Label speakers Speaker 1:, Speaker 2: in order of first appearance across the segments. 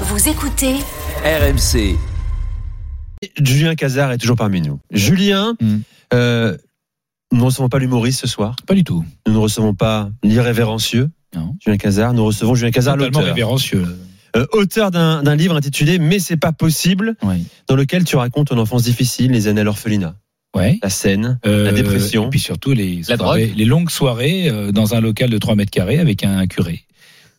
Speaker 1: Vous écoutez
Speaker 2: RMC.
Speaker 3: Julien Cazard est toujours parmi nous. Julien,
Speaker 4: Mm.
Speaker 3: euh, nous ne recevons pas l'humoriste ce soir.
Speaker 4: Pas du tout.
Speaker 3: Nous ne recevons pas l'irrévérencieux.
Speaker 4: Non.
Speaker 3: Julien Cazard, nous recevons Julien Cazard,
Speaker 4: Totalement
Speaker 3: l'auteur.
Speaker 4: révérencieux.
Speaker 3: Euh, auteur d'un d'un livre intitulé Mais c'est pas possible,
Speaker 4: Ouais.
Speaker 3: dans lequel tu racontes ton enfance difficile, les années à l'orphelinat,
Speaker 4: Ouais.
Speaker 3: la scène,
Speaker 4: Euh,
Speaker 3: la dépression.
Speaker 4: Et puis surtout les,
Speaker 5: La
Speaker 4: soirées- les longues soirées euh, dans un local de 3 mètres carrés avec un curé.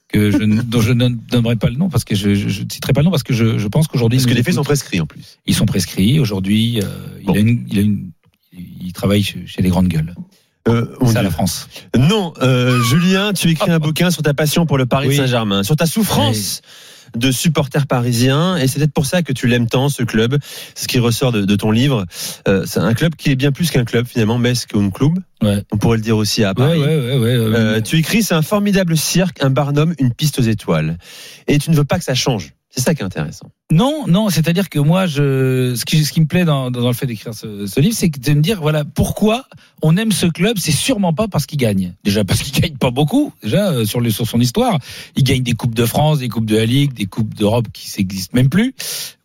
Speaker 4: Que je, ne- dont je ne donnerai pas le nom parce que je je- je ne citerai pas le nom parce que je, je pense qu'aujourd'hui
Speaker 3: Parce que
Speaker 4: nous
Speaker 3: les faits sont
Speaker 4: écoute-
Speaker 3: prescrits en plus.
Speaker 4: ils sont prescrits aujourd'hui euh, il
Speaker 3: Bon.
Speaker 4: a une- il a une- il travaille chez chez les grandes gueules
Speaker 3: Euh, mon
Speaker 4: c'est ça
Speaker 3: Dieu.
Speaker 4: la France
Speaker 3: Non, euh, Julien, tu écris un bouquin sur ta passion pour le Paris
Speaker 4: Oui.
Speaker 3: Saint-Germain, sur ta souffrance de supporter parisien, et c'est peut-être pour ça que tu l'aimes tant, ce club. C'est ce qui ressort de, de ton livre. Euh, c'est un club qui est bien plus qu'un club, finalement, Metz qu'un club.
Speaker 4: Ouais.
Speaker 3: On pourrait le dire aussi à Paris.
Speaker 4: ouais, ouais, ouais.
Speaker 3: Euh, tu écris, c'est un formidable cirque, un barnum, une piste aux étoiles. Et tu ne veux pas que ça change. C'est ça qui est intéressant.
Speaker 4: Non, non, c'est-à-dire que moi, je, ce, qui, ce qui me plaît dans, dans le fait d'écrire ce, ce livre, c'est que de me dire, voilà, pourquoi on aime ce club, c'est sûrement pas parce qu'il gagne. Déjà parce qu'il gagne pas beaucoup, déjà euh, sur, le, sur son histoire. Il gagne des coupes de France, des coupes de la Ligue, des coupes d'Europe qui s'existent même plus,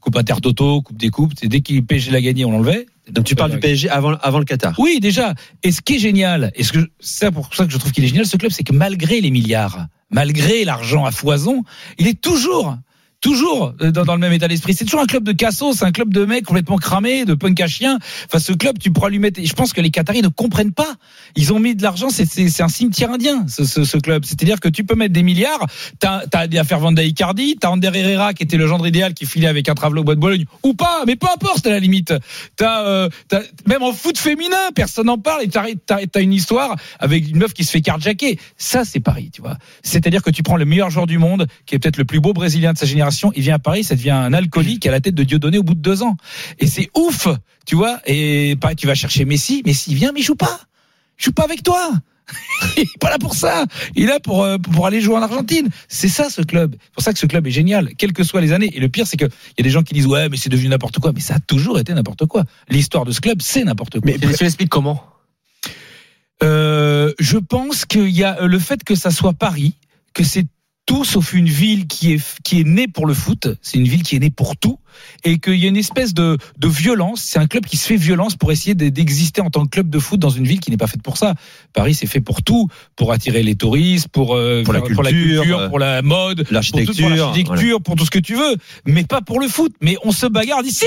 Speaker 4: coupe intertoto, coupe des coupes. C'est dès qu'il PSG l'a gagné, on l'enlevait.
Speaker 3: Donc tu parles du PSG avant, avant le Qatar.
Speaker 4: Oui, déjà. Et ce qui est génial, et ce que je- c'est pour ça que je trouve qu'il est génial, ce club, c'est que malgré les milliards, malgré l'argent à foison, il est toujours, toujours euh, dans, dans le même état d'esprit. C'est toujours un club de cassos, un club de mecs complètement cramés, de punk à chien. Enfin, ce club, tu pourras lui mettre. et Je pense que les Qataris ne comprennent pas. Ils ont mis de l'argent. C'est, c'est, c'est un cimetière indien, ce, ce, ce club. C'est-à-dire que tu peux mettre des milliards. T'as, t'as des affaires Van Dijk, Icardi, t'as Ander Herrera qui était le gendre idéal qui filait avec un travelot au bois de Bologne ou pas, mais peu importe à la limite. T'as, euh, t'as- même en foot féminin, personne n'en parle et t'as, t'as, t'as une histoire avec une meuf qui se fait carjacker. Ça, c'est Paris, tu vois. C'est-à-dire que tu prends le meilleur joueur du monde, qui est peut-être le plus beau Brésilien de sa génération, il vient à Paris, ça devient un alcoolique à la tête de Dieudonné au bout de deux ans. Et c'est ouf, tu vois. Et pareil, tu vas chercher Messi, Messi vient, mais il joue pas. Je suis pas avec toi. il est pas là pour ça. Il est là pour, euh, pour aller jouer en Argentine. C'est ça ce club. C'est pour ça que ce club est génial, quelles que soient les années. Et le pire, c'est que il y a des gens qui disent ouais, mais c'est devenu n'importe quoi. Mais ça a toujours été n'importe quoi. L'histoire de ce club, c'est n'importe quoi.
Speaker 5: Mais tu l'expliques comment
Speaker 4: Euh, je pense qu'il y a euh, le fait que ça soit Paris, que c'est tout sauf une ville qui est qui est née pour le foot. C'est une ville qui est née pour tout et qu'il y a une espèce de de violence. C'est un club qui se fait violence pour essayer d'e- d'exister en tant que club de foot dans une ville qui n'est pas faite pour ça. Paris, c'est fait pour tout, pour attirer les touristes, pour euh,
Speaker 3: Pour la
Speaker 4: pour la
Speaker 3: culture,
Speaker 4: culture,
Speaker 3: euh,
Speaker 4: pour la mode, pour tout-
Speaker 3: L'architecture.
Speaker 4: pour l'architecture, pour tout ce que tu veux, mais pas pour le foot. Mais on se bagarre ici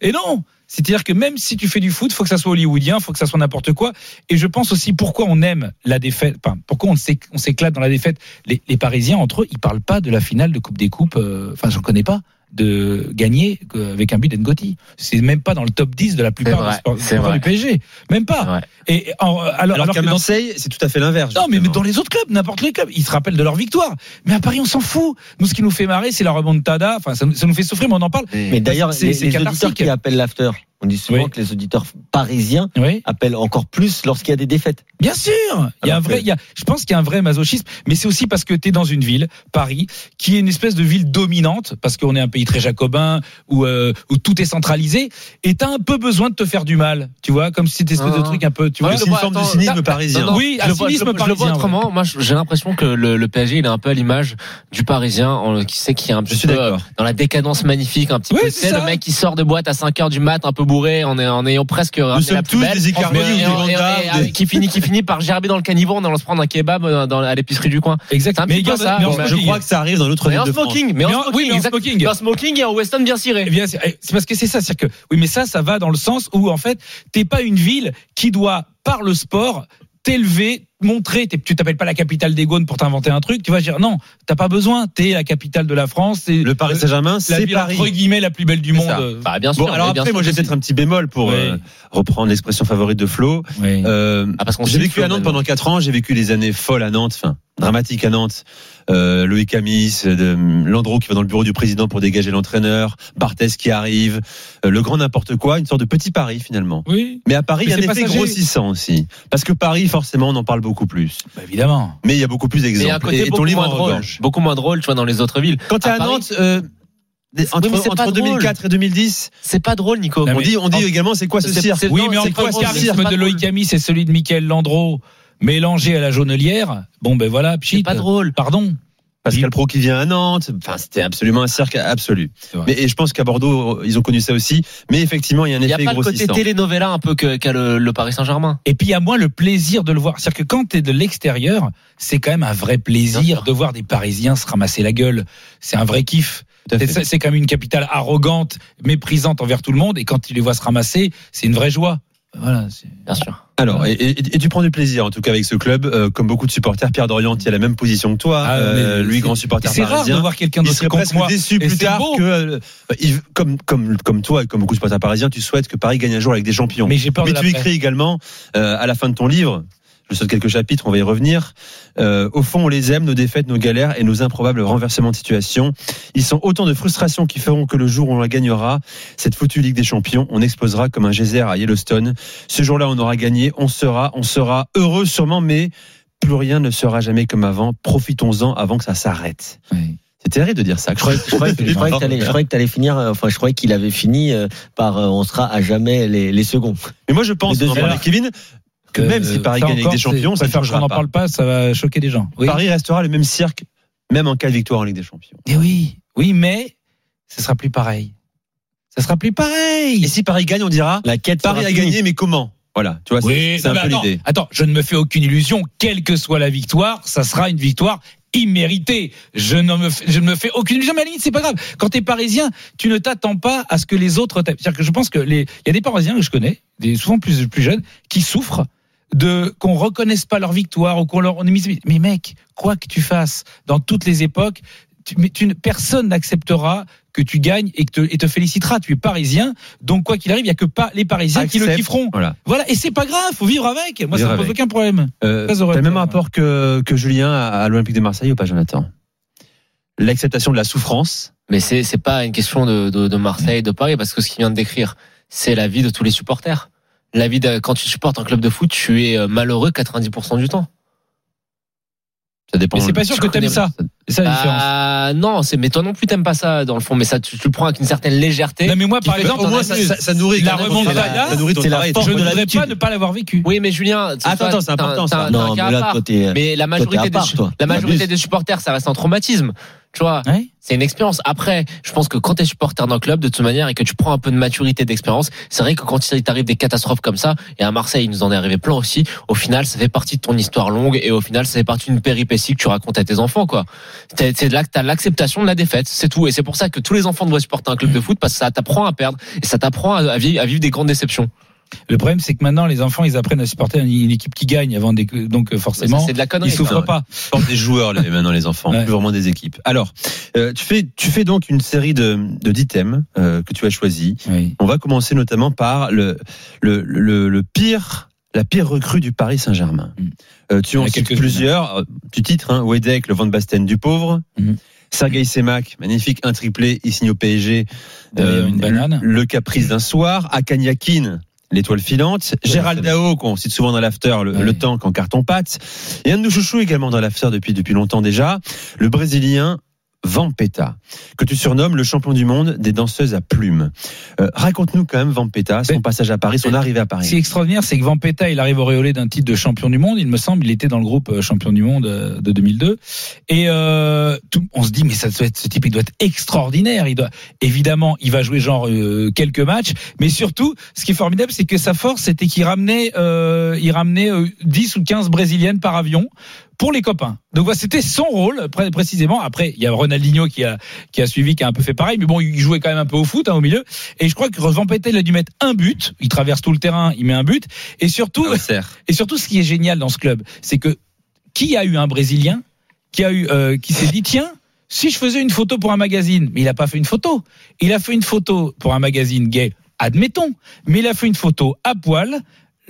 Speaker 4: et non. C'est-à-dire que même si tu fais du foot, faut que ça soit hollywoodien, faut que ça soit n'importe quoi. Et je pense aussi pourquoi on aime la défaite, enfin, pourquoi on s'éc- on s'éclate dans la défaite. Les, les Parisiens, entre eux, ils parlent pas de la finale de Coupe des Coupes, euh, enfin, j'en connais pas, de gagner euh, avec un but d'Engotti. C'est même pas dans le top 10 de la plupart
Speaker 5: vrai,
Speaker 4: des sports- des
Speaker 5: c'est
Speaker 4: sports
Speaker 5: vrai.
Speaker 4: du PSG. Même pas.
Speaker 5: Ouais.
Speaker 4: Et, et en- alors,
Speaker 3: Alors,
Speaker 4: alors
Speaker 3: qu'à
Speaker 4: que dans-
Speaker 3: Marseille, c'est tout à fait l'inverse.
Speaker 4: non, mais
Speaker 3: justement.
Speaker 4: dans les autres clubs, n'importe les clubs, ils se rappellent de leur victoire. Mais à Paris, on s'en fout. Nous, ce qui nous fait marrer, c'est la remontada. Enfin, ça, nous- ça nous fait souffrir, mais on en parle.
Speaker 6: Mais d'ailleurs,
Speaker 4: C'est-
Speaker 6: les,
Speaker 4: c'est
Speaker 6: les
Speaker 4: cathartique.
Speaker 6: auditeurs qui appellent l'after, on dit souvent
Speaker 4: Oui.
Speaker 6: que les auditeurs parisiens
Speaker 4: Oui.
Speaker 6: appellent encore plus lorsqu'il y a des défaites.
Speaker 4: Bien sûr, il y a un
Speaker 6: Alors
Speaker 4: vrai,
Speaker 6: que-
Speaker 4: il y a, je pense qu'il y a un vrai masochisme, mais c'est aussi parce que tu es dans une ville, Paris, qui est une espèce de ville dominante, parce qu'on est un pays très jacobin, où, euh, où tout est centralisé, et tu as un peu besoin de te faire du mal, tu vois, comme si c'était espèce de
Speaker 5: Ah.
Speaker 4: truc un peu, tu
Speaker 3: Mais
Speaker 4: vois.
Speaker 3: c'est une forme de cynisme parisien.
Speaker 4: non, Oui,
Speaker 5: je le vois, je
Speaker 4: cynisme
Speaker 5: le- je le vois
Speaker 4: parisien,
Speaker 5: autrement. Moi, je- j'ai l'impression que le, le PSG, il est un peu à l'image du Parisien, en- qui sait qu'il est un
Speaker 3: Je
Speaker 5: petit
Speaker 3: suis
Speaker 5: peu euh,
Speaker 3: d'accord.
Speaker 5: dans la décadence magnifique, un petit
Speaker 4: Oui,
Speaker 5: peu.
Speaker 4: c'est
Speaker 5: C'est
Speaker 4: ça.
Speaker 5: le mec qui sort de boîte à 5 heures du mat, un peu bourré, en, est- en ayant presque
Speaker 3: Nous
Speaker 5: ramené la
Speaker 3: sommes
Speaker 5: plus
Speaker 3: tous
Speaker 5: belle.
Speaker 3: des Icardi,
Speaker 5: Mais-
Speaker 3: des
Speaker 5: et- et-
Speaker 3: Vandamme,
Speaker 5: et-
Speaker 3: des-
Speaker 5: et- qui finit, qui finit par gerber dans le caniveau en allant se prendre un kebab euh, dans, à l'épicerie du coin.
Speaker 4: Exactement.
Speaker 5: C'est un petit peu ça.
Speaker 4: mais
Speaker 5: Bon, bah,
Speaker 4: en
Speaker 3: Je
Speaker 5: je
Speaker 4: smoking.
Speaker 3: crois que ça arrive dans l'autre
Speaker 5: Mais
Speaker 3: ville
Speaker 5: en
Speaker 3: de France.
Speaker 5: smoking, mais
Speaker 4: Mais
Speaker 5: en
Speaker 4: en- oui,
Speaker 5: smoking,
Speaker 4: mais en
Speaker 5: exact-
Speaker 4: smoking.
Speaker 5: en smoking et en western bien ciré.
Speaker 4: Eh bien, c'est eh, c'est parce que c'est ça, c'est que oui, mais ça, ça va dans le sens où en fait, t'es pas une ville qui doit par le sport t'élever montrer, t'es- tu t'appelles pas la capitale des Gaunes pour t'inventer un truc, tu vas dire non, t'as pas besoin, t'es la capitale de la France, t'es
Speaker 3: Le Paris Saint-Germain,
Speaker 4: euh, la
Speaker 3: c'est
Speaker 4: ville entre
Speaker 3: Paris.
Speaker 4: guillemets la plus belle du
Speaker 5: C'est
Speaker 4: monde.
Speaker 5: ça.
Speaker 4: Euh,
Speaker 5: Bah, bien sûr.
Speaker 3: Bon, alors
Speaker 5: mais bien
Speaker 3: après,
Speaker 5: sûr
Speaker 3: moi j'ai
Speaker 5: que
Speaker 3: peut-être
Speaker 5: si.
Speaker 3: un petit bémol pour
Speaker 4: Oui.
Speaker 3: euh, reprendre l'expression favorite de Flo.
Speaker 4: Oui.
Speaker 3: Euh,
Speaker 5: Ah, parce qu'on
Speaker 3: j'ai
Speaker 5: sait
Speaker 3: vécu
Speaker 5: Flo,
Speaker 3: à Nantes
Speaker 5: maintenant.
Speaker 3: pendant 4 ans, j'ai vécu des années folles à Nantes, enfin dramatiques à Nantes. Euh, Loïc Amis, euh, de- Landreau qui va dans le bureau du président pour dégager l'entraîneur, Barthez qui arrive, euh, le grand n'importe quoi, une sorte de petit Paris finalement.
Speaker 4: Oui,
Speaker 3: Mais à Paris, il y a un
Speaker 4: Mais
Speaker 3: effet
Speaker 4: c'est passager.
Speaker 3: grossissant aussi. Parce que Paris, forcément, on en parle beaucoup plus.
Speaker 4: bah, évidemment.
Speaker 3: Mais il y a beaucoup plus
Speaker 5: Mais
Speaker 3: d'exemples.
Speaker 5: il y a un côté
Speaker 3: et, et ton
Speaker 5: beaucoup
Speaker 3: livre
Speaker 5: moins
Speaker 3: en
Speaker 5: drôle.
Speaker 3: revanche.
Speaker 5: Beaucoup moins drôle, tu vois, dans les autres villes.
Speaker 3: Quand t'es
Speaker 5: À
Speaker 3: à,
Speaker 5: Paris-
Speaker 3: Nantes, euh, des- entre,
Speaker 5: mais c'est pas
Speaker 3: entre 2004 et 2010,
Speaker 5: C'est pas drôle, Nico.
Speaker 4: Non,
Speaker 3: on
Speaker 4: mais-
Speaker 3: dit, on dit également c'est quoi ce
Speaker 5: C'est-
Speaker 3: cirque
Speaker 5: c'est-
Speaker 4: Oui,
Speaker 5: non,
Speaker 4: mais
Speaker 5: c'est
Speaker 4: entre
Speaker 5: pas
Speaker 4: le
Speaker 5: drôle, c'est
Speaker 4: charisme
Speaker 5: pas
Speaker 4: de
Speaker 5: drôle.
Speaker 4: Loïc Amis et celui de Michael Landreau mélangé à la jaunelière, bon ben voilà,
Speaker 5: C'est
Speaker 4: pchit.
Speaker 5: pas drôle.
Speaker 4: Pardon.
Speaker 3: Pascal Pro qui vient à Nantes. Enfin, c'était absolument un cirque absolu.
Speaker 4: vrai.
Speaker 3: Mais, et je pense qu'à Bordeaux, ils ont connu ça aussi. Mais effectivement, il y a un
Speaker 5: Il n'y a
Speaker 3: effet
Speaker 5: pas le côté
Speaker 3: grossissant.
Speaker 5: telenovela un peu que- qu'a le, le Paris Saint-Germain.
Speaker 4: Et puis à moi le plaisir de le voir. C'est-à-dire que quand t'es de l'extérieur, c'est quand même un vrai
Speaker 5: Bien
Speaker 4: plaisir
Speaker 5: sûr.
Speaker 4: de voir des Parisiens se ramasser la gueule. C'est un vrai kiff.
Speaker 3: Tout à fait.
Speaker 4: C'est ça- C'est quand même une capitale arrogante, méprisante envers tout le monde. Et quand tu les vois se ramasser, c'est une vraie joie. Voilà. c'est-
Speaker 5: Bien sûr.
Speaker 3: Alors, et, et- et tu prends du plaisir en tout cas avec ce club, euh, comme beaucoup de supporters. Pierre Dorian, qui a la même position que toi,
Speaker 4: Ah,
Speaker 3: euh,
Speaker 4: mais
Speaker 3: lui
Speaker 4: c'est-
Speaker 3: grand supporter
Speaker 4: C'est rare hein, de
Speaker 3: parisien.
Speaker 4: voir quelqu'un
Speaker 3: il
Speaker 4: d'aussi
Speaker 3: serait
Speaker 4: con
Speaker 3: presque
Speaker 4: que moi.
Speaker 3: déçu
Speaker 4: Et
Speaker 3: plus
Speaker 4: c'est
Speaker 3: tard
Speaker 4: beau.
Speaker 3: que euh, il- comme comme comme toi et comme beaucoup de supporters parisiens, tu souhaites que Paris gagne un jour avec des champions.
Speaker 4: Mais j'ai peur
Speaker 3: Mais
Speaker 4: de
Speaker 3: tu
Speaker 4: l'après.
Speaker 3: écris également euh, à la fin de ton livre. Je saute quelques chapitres, on va y revenir. Euh, au fond, on les aime, nos défaites, nos galères et nos improbables renversements de situation. Ils sont autant de frustrations qui feront que le jour où on la gagnera, cette foutue Ligue des Champions, on explosera comme un geyser à Yellowstone. Ce jour-là, on aura gagné, on sera, on sera heureux sûrement, mais plus rien ne sera jamais comme avant. Profitons-en avant que ça s'arrête.
Speaker 4: Oui.
Speaker 3: C'est terrible de dire ça.
Speaker 6: Je croyais, je croyais que- je croyais que t'allais- je croyais que t'allais finir, euh, enfin, je croyais qu'il avait fini euh, par euh, on sera à jamais les, les seconds.
Speaker 3: Mais moi, je pense,
Speaker 6: Les deux
Speaker 3: on en parlait
Speaker 6: erreurs.
Speaker 3: avec Kevin, que même si Paris
Speaker 4: euh, ça
Speaker 3: gagne avec
Speaker 4: encore,
Speaker 3: des champions,
Speaker 4: c'est-
Speaker 3: ça ne
Speaker 4: préfère
Speaker 3: changera
Speaker 4: qu'on en
Speaker 3: pas.
Speaker 4: parle pas, ça va choquer les gens. Oui.
Speaker 3: Paris restera le même cirque, même en cas de victoire en Ligue des Champions.
Speaker 4: Eh oui, oui, mais ce sera plus pareil. Ce sera plus pareil.
Speaker 3: Et si Paris gagne, on dira
Speaker 6: La quête
Speaker 3: Paris
Speaker 6: sera
Speaker 3: a
Speaker 6: finie.
Speaker 3: gagné, mais comment Voilà, tu vois, c'est-
Speaker 4: Oui,
Speaker 3: c'est
Speaker 4: non,
Speaker 3: un
Speaker 4: mais
Speaker 3: peu
Speaker 4: attends,
Speaker 3: l'idée.
Speaker 4: Attends, je ne me fais aucune illusion. Quelle que soit la victoire, ça sera une victoire imméritée. Je ne me fais, je ne me fais aucune illusion. Mais à la limite, c'est pas grave. Quand t'es parisien, tu ne t'attends pas à ce que les autres t'aiment. C'est-à-dire que je pense que les, il y a des parisiens que je connais, des, souvent plus, plus jeunes, qui souffrent de qu'on reconnaisse pas leur victoire ou qu'on leur on est mis- mais mec quoi que tu fasses dans toutes les époques tu, mais tu ne- personne n'acceptera que tu gagnes et, que te, et te félicitera tu es parisien donc quoi qu'il arrive il y a que pas les parisiens qui le
Speaker 3: Accepte.
Speaker 4: kifferont
Speaker 3: Voilà.
Speaker 4: voilà, et c'est pas grave, faut vivre avec. Moi,
Speaker 3: Vivre
Speaker 4: ça me pose
Speaker 3: avec.
Speaker 4: aucun problème.
Speaker 3: Euh,
Speaker 4: Très heureux
Speaker 3: T'as le
Speaker 4: de
Speaker 3: même
Speaker 4: toi,
Speaker 3: rapport que, que Julien à, à l'Olympique de Marseille ou pas, Jonathan L'acceptation de la souffrance.
Speaker 5: Mais c'est c'est pas une question de, de, de Marseille, de Paris, parce que ce qu'il vient de décrire, c'est la vie de tous les supporters. La vie de, quand tu supportes un club de foot, tu es euh, malheureux 90% du temps.
Speaker 3: Ça dépend.
Speaker 4: Mais c'est pas sûr
Speaker 5: je
Speaker 4: que t'aimes
Speaker 5: connais-
Speaker 4: ça. C'est ça la différence.
Speaker 5: Ah non, c'est mais toi non plus t'aimes pas ça dans le fond, mais ça tu, tu le prends avec une certaine légèreté.
Speaker 4: Non, mais moi,
Speaker 5: qui
Speaker 4: par
Speaker 5: fait-
Speaker 4: exemple,
Speaker 5: au moins,
Speaker 4: on
Speaker 5: ça-
Speaker 4: amuse.
Speaker 5: ça-
Speaker 3: nourrit
Speaker 4: la
Speaker 3: quand même,
Speaker 4: remontada,
Speaker 3: ça nourrit ton
Speaker 6: c'est la
Speaker 3: travail,
Speaker 6: force
Speaker 4: je
Speaker 3: ton
Speaker 4: ne voudrais
Speaker 3: habitude.
Speaker 4: pas ne pas l'avoir vécu.
Speaker 5: Oui, mais Julien, c'est-
Speaker 3: Attends,
Speaker 5: toi,
Speaker 3: c'est
Speaker 5: t'as-
Speaker 3: important, ça.
Speaker 5: t'as- t'as un
Speaker 6: Non,
Speaker 5: cas à
Speaker 6: mais là,
Speaker 5: part.
Speaker 6: toi, t'es,
Speaker 5: Mais la
Speaker 6: toi, t'es
Speaker 5: majorité
Speaker 6: à
Speaker 5: des
Speaker 6: part, toi.
Speaker 5: la majorité
Speaker 6: T'abuses.
Speaker 5: des supporters, ça reste un traumatisme. Tu vois,
Speaker 4: Ouais.
Speaker 5: c'est une expérience. Après, je pense que quand t'es supporter d'un club, de toute manière, et que tu prends un peu de maturité, d'expérience, c'est vrai que quand il t'arrive des catastrophes comme ça, et à Marseille, il nous en est arrivé plein aussi, au final, ça fait partie de ton histoire longue, et au final, ça fait partie d'une péripétie que tu racontes à tes enfants, quoi. T'es- C'est là que t'as l'acceptation de la défaite, c'est tout. Et c'est pour ça que tous les enfants devraient supporter un club de foot, parce que ça t'apprend à perdre, et ça t'apprend à à vivre, à vivre des grandes déceptions.
Speaker 4: Le problème, c'est que maintenant, les enfants, ils apprennent à supporter une, une équipe qui gagne avant des, donc, euh,
Speaker 5: Mais ça,
Speaker 4: forcément,
Speaker 5: C'est de la connerie.
Speaker 4: ils souffrent
Speaker 3: ouais.
Speaker 4: pas.
Speaker 3: porte des joueurs les, maintenant les enfants,
Speaker 4: Ouais.
Speaker 3: plus vraiment des équipes. Alors, euh, tu fais tu fais donc une série de de dix thèmes euh, que tu as choisis.
Speaker 4: Oui.
Speaker 3: On va commencer notamment par le le le, le pire la pire recrue du Paris Saint-Germain.
Speaker 4: Mm.
Speaker 3: Euh, tu
Speaker 4: Il y en
Speaker 3: en
Speaker 4: a
Speaker 3: cites
Speaker 4: quelques-unes.
Speaker 3: plusieurs. euh, Tu titres hein, Wedek, le Van Basten du pauvre.
Speaker 4: Mm.
Speaker 3: Sergei Semak, magnifique, un triplé, il signe au PSG.
Speaker 4: Derrière une banane.
Speaker 3: euh, Le caprice d'un soir. Akanyakin, l'étoile filante. Gérald Dao, qu'on cite souvent dans l'after, le,
Speaker 4: Ouais.
Speaker 3: le tank en carton-pâte. Et un de nos chouchous également dans l'after depuis, depuis longtemps déjà, le Brésilien Vampeta, que tu surnommes le champion du monde des danseuses à plumes. Euh, Raconte-nous quand même Vampeta, son
Speaker 4: Mais-
Speaker 3: passage à Paris, son
Speaker 4: Mais-
Speaker 3: arrivée à Paris.
Speaker 4: Ce qui est extraordinaire, c'est que Vampeta, il arrive auréolé d'un titre de champion du monde. Il me semble, il était dans le groupe euh, champion du monde euh, de 2002. Et euh, tout- on se dit, mais ça doit être, ce type, il doit être extraordinaire. Il doit, évidemment, il va jouer genre euh, quelques matchs, mais surtout, ce qui est formidable, c'est que sa force, c'était qu'il ramenait, euh, il ramenait euh, 10 ou 15 brésiliennes par avion pour les copains. Donc voilà, c'était son rôle pré- précisément. Après, il y a Ronaldinho qui a qui a suivi, qui a un peu fait pareil, mais bon, il jouait quand même un peu au foot hein, au milieu. Et je crois que Van Petten il a dû mettre un but. Il traverse tout le terrain, il met un but. Et surtout,
Speaker 3: Ah
Speaker 6: Ah,
Speaker 4: et surtout, ce qui est génial dans ce club, c'est que qui a eu un Brésilien qui a eu euh, qui s'est dit tiens si je faisais une photo pour un magazine, mais il n'a pas fait une photo. Il a fait une photo pour un magazine gay, admettons, mais il a fait une photo à poil.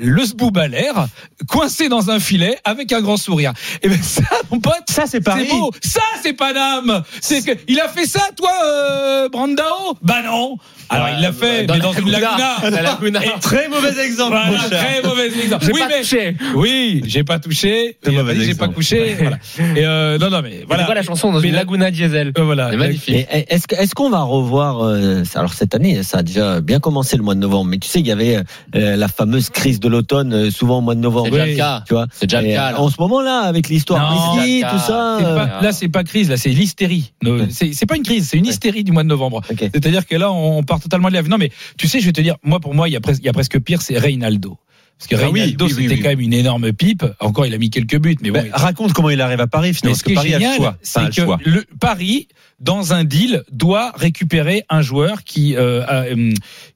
Speaker 4: Le zboub à l'air, coincé dans un filet, avec un grand sourire. Et ben ça, mon pote,
Speaker 7: Ça, c'est Paris.
Speaker 4: c'est beau. Ça, c'est Paname. C'est que il a fait ça, toi, euh, Brandao Bah non. Alors il l'a fait, mais dans une laguna.
Speaker 5: La laguna.
Speaker 7: Très mauvais exemple,
Speaker 4: Voilà,
Speaker 7: mon cher.
Speaker 4: très mauvais exemple.
Speaker 5: J'ai
Speaker 4: Oui,
Speaker 5: pas
Speaker 4: mais-
Speaker 5: touché.
Speaker 4: oui, j'ai pas touché.
Speaker 3: Très
Speaker 4: Et
Speaker 3: mauvais
Speaker 4: J'ai pas
Speaker 3: exemple.
Speaker 4: couché. voilà. Et euh, non, non, mais
Speaker 5: Voilà
Speaker 4: voilà.
Speaker 5: la chanson dans
Speaker 4: Mais
Speaker 5: une
Speaker 4: la-
Speaker 5: laguna diesel.
Speaker 4: Euh, voilà.
Speaker 5: C'est
Speaker 6: Mais
Speaker 5: magnifique.
Speaker 6: est-ce que- est-ce qu'on va revoir euh, alors cette année ça a déjà bien commencé le mois de novembre mais tu sais il y avait euh, la fameuse crise de l'automne euh, souvent au mois de novembre
Speaker 5: C'est déjà
Speaker 4: oui.
Speaker 5: le cas.
Speaker 6: tu vois
Speaker 5: C'est déjà le
Speaker 6: Et,
Speaker 5: cas.
Speaker 6: euh,
Speaker 5: là.
Speaker 6: en ce moment là avec l'histoire
Speaker 4: Non,
Speaker 6: Messi
Speaker 5: c'est
Speaker 6: tout ça
Speaker 4: Ah, C'est
Speaker 3: Ah,
Speaker 6: euh,
Speaker 5: Ah.
Speaker 4: pas- là, c'est pas crise, là, c'est l'hystérie. No- C'est c'est pas une crise, c'est une hystérie du mois de novembre.
Speaker 6: ok.
Speaker 4: C'est-à-dire que là, on on part totalement de la. Non, mais tu sais, je vais te dire, moi, pour moi, il y a, pres- il y a presque pire, c'est Reinaldo. Parce que
Speaker 3: Ah oui,
Speaker 4: Reinaldo,
Speaker 3: oui, oui,
Speaker 4: c'était
Speaker 3: oui.
Speaker 4: quand même une énorme pipe. Encore, il a mis quelques buts, mais bon.
Speaker 3: Ben,
Speaker 4: il-
Speaker 3: raconte comment il arrive à Paris
Speaker 4: Mais
Speaker 3: finalement.
Speaker 4: ce
Speaker 3: parce
Speaker 4: qui
Speaker 3: que Paris
Speaker 4: est
Speaker 3: a le
Speaker 4: génial,
Speaker 3: choix. Enfin, a
Speaker 4: c'est
Speaker 3: le
Speaker 4: que
Speaker 3: choix.
Speaker 4: le Paris, dans un deal, doit récupérer un joueur qui euh, a, hum,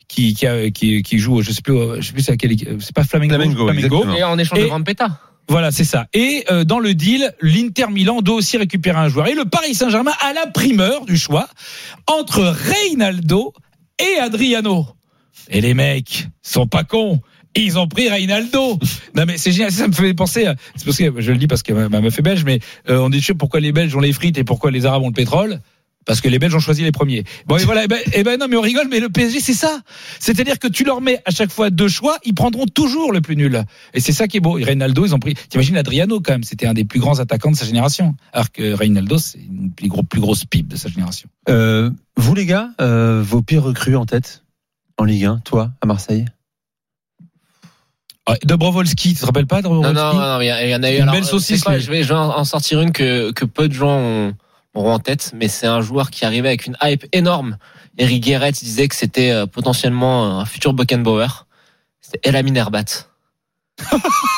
Speaker 4: qui, qui, a- qui- qui joue, au- je sais plus, au- je sais plus c'est à quelle équipe, c'est pas Flamengo.
Speaker 3: Flamengo, exactement.
Speaker 5: Et en échange
Speaker 4: Et-
Speaker 5: de Rampeta.
Speaker 4: Voilà, c'est ça. Et euh, dans le deal, l'Inter Milan doit aussi récupérer un joueur. Et le Paris Saint-Germain a la primeur du choix entre Reinaldo et Adriano. Et les mecs sont pas cons. Ils ont pris Reinaldo. Non mais c'est génial, ça me fait penser. à- C'est parce que je le dis parce que ma ma meuf est belge, mais euh, on dit tu sais, pourquoi les Belges ont les frites et pourquoi les Arabes ont le pétrole. Parce que les Belges ont choisi les premiers. Bon, et voilà, et ben, eh ben non, mais on rigole, mais le PSG, c'est ça. C'est-à-dire que tu leur mets à chaque fois deux choix, ils prendront toujours le plus nul. Et c'est ça qui est beau. Et Reinaldo, ils ont pris. T'imagines Adriano, quand même, c'était un des plus grands attaquants de sa génération. Alors que Reinaldo, c'est une plus, gros, plus grosse pipe de sa génération.
Speaker 3: Euh, vous les gars, euh, vos pires recrues en tête en Ligue 1, toi à Marseille.
Speaker 4: Ah, Dobrovolski, tu te rappelles pas
Speaker 5: Non,
Speaker 4: Dobrovolski
Speaker 5: non, non, mais il y en a eu.
Speaker 4: Une
Speaker 5: alors,
Speaker 4: belle
Speaker 5: euh,
Speaker 4: saucisse,
Speaker 5: c'est quoi,
Speaker 4: lui.
Speaker 5: je, vais, je vais en en sortir une que, que peu de gens ont, auront en tête, mais c'est un joueur qui arrivait avec une hype énorme. Eric Guéret disait que c'était euh, potentiellement un futur Beckenbauer. C'était Elamine Herbat.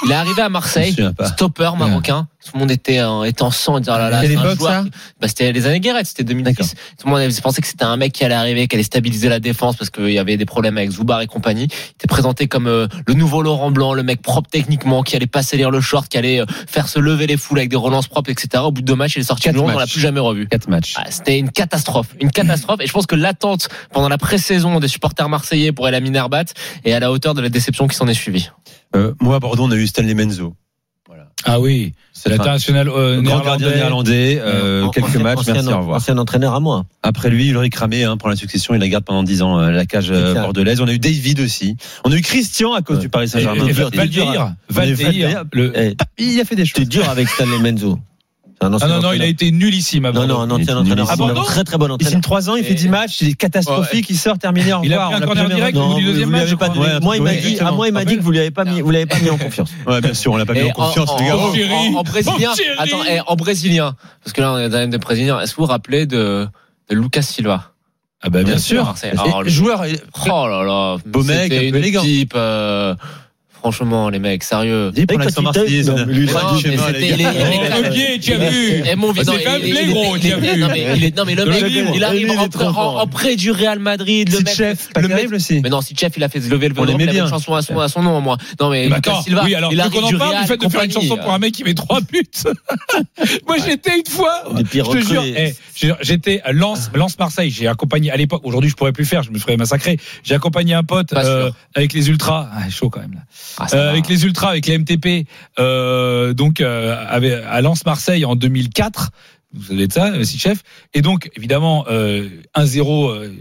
Speaker 5: il est arrivé à
Speaker 3: Je me
Speaker 5: Marseille,
Speaker 3: souviens pas.
Speaker 5: stopper marocain. Tout le monde était, en- était en sang, disant, oh là là,
Speaker 3: Quelle
Speaker 5: c'est un
Speaker 3: époque, ça
Speaker 5: joueur. qui- Bah, c'était les années Guéret, c'était 2010.
Speaker 3: D'accord.
Speaker 5: Tout le monde avait pensé que c'était un mec qui allait arriver, qui allait stabiliser la défense parce qu'il y avait des problèmes avec Zoubar et compagnie. Il était présenté comme euh, le nouveau Laurent Blanc, le mec propre techniquement, qui allait passer lire le short, qui allait euh, faire se lever les foules avec des relances propres, etc. Au bout de deux matchs, il est sorti
Speaker 3: Quatre
Speaker 5: de Londres, on l'a
Speaker 3: matchs.
Speaker 5: plus jamais revu.
Speaker 3: Quatre matchs.
Speaker 5: Ah, c'était une catastrophe, une catastrophe. Et je pense que l'attente pendant la pré-saison des supporters marseillais pour Elamine Herbat est à la hauteur de la déception qui s'en est suivie.
Speaker 3: Euh, moi à Bordeaux, on a eu Stanley Menzo.
Speaker 4: Ah oui, c'est l'international euh,
Speaker 3: Grand gardien
Speaker 4: néerlandais.
Speaker 3: néerlandais, euh,
Speaker 6: An-
Speaker 3: quelques
Speaker 6: ancien-
Speaker 3: matchs, merci,
Speaker 6: ancien-
Speaker 3: au revoir.
Speaker 6: ancien entraîneur à moi
Speaker 3: Après lui, Ulrich Ramé hein, pour la succession, il la garde pendant 10 ans, euh, la cage euh,
Speaker 6: C'est ça.
Speaker 3: bordelaise. On a eu David aussi. On a eu Christian à cause
Speaker 6: Ouais.
Speaker 3: du Paris
Speaker 4: Et- et-
Speaker 3: Saint-Germain.
Speaker 4: et-
Speaker 6: dur,
Speaker 5: hein.
Speaker 4: Valdeir, Valdeir,
Speaker 3: Valdeir.
Speaker 4: le-
Speaker 6: Eh,
Speaker 3: hein. Il a fait des
Speaker 6: t'es
Speaker 3: choses.
Speaker 6: dur avec Stanley Menzo C'est un
Speaker 4: Ah
Speaker 6: ancien
Speaker 4: non, non, il a
Speaker 6: entraîneur.
Speaker 4: été nullissime à
Speaker 6: non non
Speaker 4: Bordeaux.
Speaker 6: un
Speaker 3: Il était
Speaker 6: ancien entraîneur
Speaker 4: nul.
Speaker 6: à moi
Speaker 4: Ah bon
Speaker 6: très très bon
Speaker 3: Il
Speaker 6: entraîneur
Speaker 3: signe 3 ans, il fait
Speaker 5: Et-
Speaker 3: 10 matchs, il est catastrophique, il sort terminé en
Speaker 4: Il a pris un corner direct au bout du deuxième match. je
Speaker 6: Pas de-
Speaker 4: crois.
Speaker 3: Ouais,
Speaker 6: moi il m'a
Speaker 3: ouais,
Speaker 6: dit à moi il m'a dit que vous lui avez
Speaker 5: Ah,
Speaker 6: pas mis vous l'avez pas mis en confiance
Speaker 3: Ouais, bien sûr, on l'a pas mis
Speaker 5: Et
Speaker 3: en confiance,
Speaker 5: en,
Speaker 3: le gars.
Speaker 5: en-
Speaker 4: Oh, chérie.
Speaker 5: en- en brésilien,
Speaker 4: Oh, chérie.
Speaker 5: attends, eh, en brésilien, parce que là on est dans la même des brésiliens. Est-ce que vous vous rappelez de, de Lucas Silva
Speaker 3: Ah bah
Speaker 5: bien sûr.
Speaker 3: C'est
Speaker 5: Alors, le-
Speaker 3: joueur
Speaker 5: Oh là là,
Speaker 3: Beau mec, un peu
Speaker 5: c'était une
Speaker 3: élégant.
Speaker 5: équipe. euh, franchement, les mecs, sérieux.
Speaker 3: dit
Speaker 6: Et
Speaker 3: pour
Speaker 6: quand
Speaker 3: l'accent
Speaker 6: il te-
Speaker 3: marseillais. ça
Speaker 6: Non,
Speaker 3: n'a-
Speaker 6: mais lui, il
Speaker 3: Pas
Speaker 6: a
Speaker 3: du
Speaker 5: dit,
Speaker 3: schéma,
Speaker 5: Ah, mais
Speaker 3: les gars.
Speaker 5: c'était- il est-
Speaker 4: Oh, Olivier, tu as vu
Speaker 5: Eh, mon-
Speaker 4: Ah,
Speaker 5: non,
Speaker 4: c'est quand même
Speaker 5: il- il-
Speaker 4: Blaireau,
Speaker 5: il-
Speaker 4: tu as
Speaker 5: il-
Speaker 4: vu.
Speaker 5: non, mais il est- non, mais le
Speaker 4: Le
Speaker 5: mec,
Speaker 4: Blaireau.
Speaker 5: il arrive
Speaker 3: Lui, il est
Speaker 5: en,
Speaker 3: très fort,
Speaker 5: en, en prêt du Real Madrid. Le mec,
Speaker 3: Sitchef, pas
Speaker 5: le mec-
Speaker 3: terrible aussi.
Speaker 5: Mais non, si Chef il a fait se lever le
Speaker 3: On
Speaker 5: vélo,
Speaker 3: l'aimait
Speaker 5: il avait
Speaker 3: bien.
Speaker 5: une chanson à son, à son nom, moi. Non, mais
Speaker 4: Mais
Speaker 5: Lucas
Speaker 4: attends,
Speaker 5: Silva,
Speaker 4: Eh bah, oui, alors
Speaker 5: il
Speaker 4: tu
Speaker 5: arrive
Speaker 4: qu'on
Speaker 5: du
Speaker 4: en parle
Speaker 5: Real,
Speaker 4: du fait de faire une
Speaker 5: compagnie. euh.
Speaker 4: chanson pour un mec qui met trois buts. Moi, j'étais une fois.
Speaker 6: Des pires
Speaker 4: Je te jure,
Speaker 6: recrues.
Speaker 4: eh, j'ai- j'étais à Lens,
Speaker 5: Ah.
Speaker 4: Lens Marseille. J'ai accompagné à l'époque. Aujourd'hui, je pourrais plus faire. Je me ferais massacrer. J'ai accompagné un pote
Speaker 5: Pas sûr.
Speaker 4: euh, avec les ultras. Ah, chaud quand même là.
Speaker 5: Ah, ça
Speaker 4: Euh,
Speaker 5: va.
Speaker 4: avec les ultras, avec les MTP, euh, donc euh, avec- à Lens Marseille en 2004. Vous savez de ça, Sitchef. Et donc, évidemment, euh, 1-0 euh,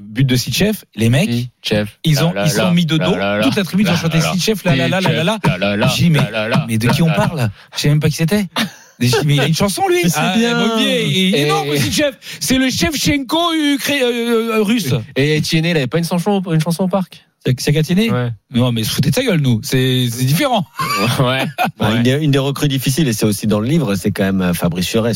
Speaker 4: but de Sitchef. Les mecs,
Speaker 5: Si, Chef.
Speaker 4: ils
Speaker 5: Là,
Speaker 4: ont,
Speaker 5: là,
Speaker 4: ils sont
Speaker 5: là,
Speaker 4: mis de
Speaker 5: là,
Speaker 4: dos.
Speaker 5: là, là.
Speaker 4: Toute la tribune, ils ont chanté Sitchef, là, là, là, là, là, là.
Speaker 5: Là, là, là,
Speaker 4: J'ai dit, mais-
Speaker 5: là, là, là.
Speaker 4: Mais de qui on parle Je sais même pas qui c'était. J'ai dit, Mais il a une chanson lui.
Speaker 6: Mais c'est bien.
Speaker 4: Mobier, il est
Speaker 5: Et-
Speaker 4: énorme aussi chef. C'est le chef Shenko ukrain- euh, euh, russe.
Speaker 5: Et Etienne, il avait pas une chanson, une chanson au parc
Speaker 4: C'est Gatiné
Speaker 5: Ouais.
Speaker 4: Non mais se foutez de sa gueule nous. C'est c'est différent.
Speaker 5: ouais.
Speaker 6: Bah, Une, des, une des recrues difficiles, et c'est aussi dans le livre, c'est quand même euh, Fabrice Fiorez.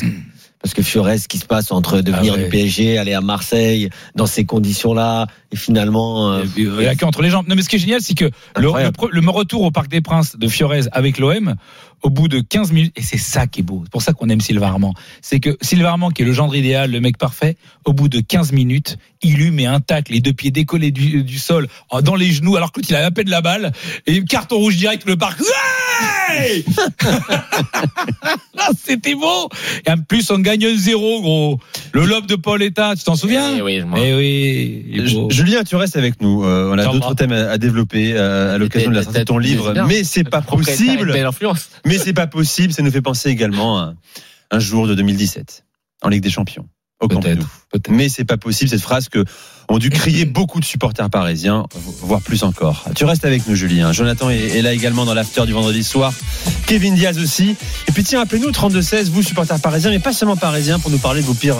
Speaker 6: Parce que Fiorez, ce qui se passe entre devenir
Speaker 4: Mm. Ah ouais.
Speaker 6: du PSG, aller à Marseille, dans ces conditions-là, et finalement. euh,
Speaker 4: Il a la queue entre les jambes. Non mais ce qui est génial c'est que le, le,
Speaker 6: Incroyable.
Speaker 4: pre- le retour au Parc des Princes de Fiorez avec l'OM. au bout de 15 minutes, et c'est ça qui est beau, c'est pour ça qu'on aime Sylvain Armand, c'est que Sylvain Armand, qui est le gendre idéal, le mec parfait, au bout de 15 minutes, il lui met un tacle, les deux pieds décollés du, du sol, en- dans les genoux, alors que l'autre, il a à peine la balle, et carton rouge direct, le parc. Ouais Ah, C'était beau Et en plus, on gagne 1-0, gros Le lob de Paul État, tu t'en souviens
Speaker 5: Eh oui, je m'en-
Speaker 4: Eh oui, il est
Speaker 3: Ju-
Speaker 4: beau.
Speaker 3: Julien, tu restes avec nous. Euh, on a
Speaker 4: Jean-Marc.
Speaker 3: d'autres thèmes à, à développer euh, à l'occasion de la sortie de ton
Speaker 5: Peut-être-
Speaker 3: livre,
Speaker 5: peut-être-
Speaker 3: mais c'est pas
Speaker 5: Propriétaire avec
Speaker 3: possible.
Speaker 5: Belle influence.
Speaker 3: Mais c'est pas possible. Ça nous fait penser également à un jour de 2017 en Ligue des Champions au Camp
Speaker 4: Peut-être,
Speaker 3: Nou.
Speaker 4: peut-être.
Speaker 3: Mais c'est pas possible cette phrase que ont dû crier beaucoup de supporters parisiens, vo- voire plus encore. Tu restes avec nous, Julien. Jonathan est, est là également dans l'after du vendredi soir. Kevin Diaz aussi. Et puis tiens, appelez-nous au 32-16, vous supporters parisiens, mais pas seulement parisiens, pour nous parler de vos pires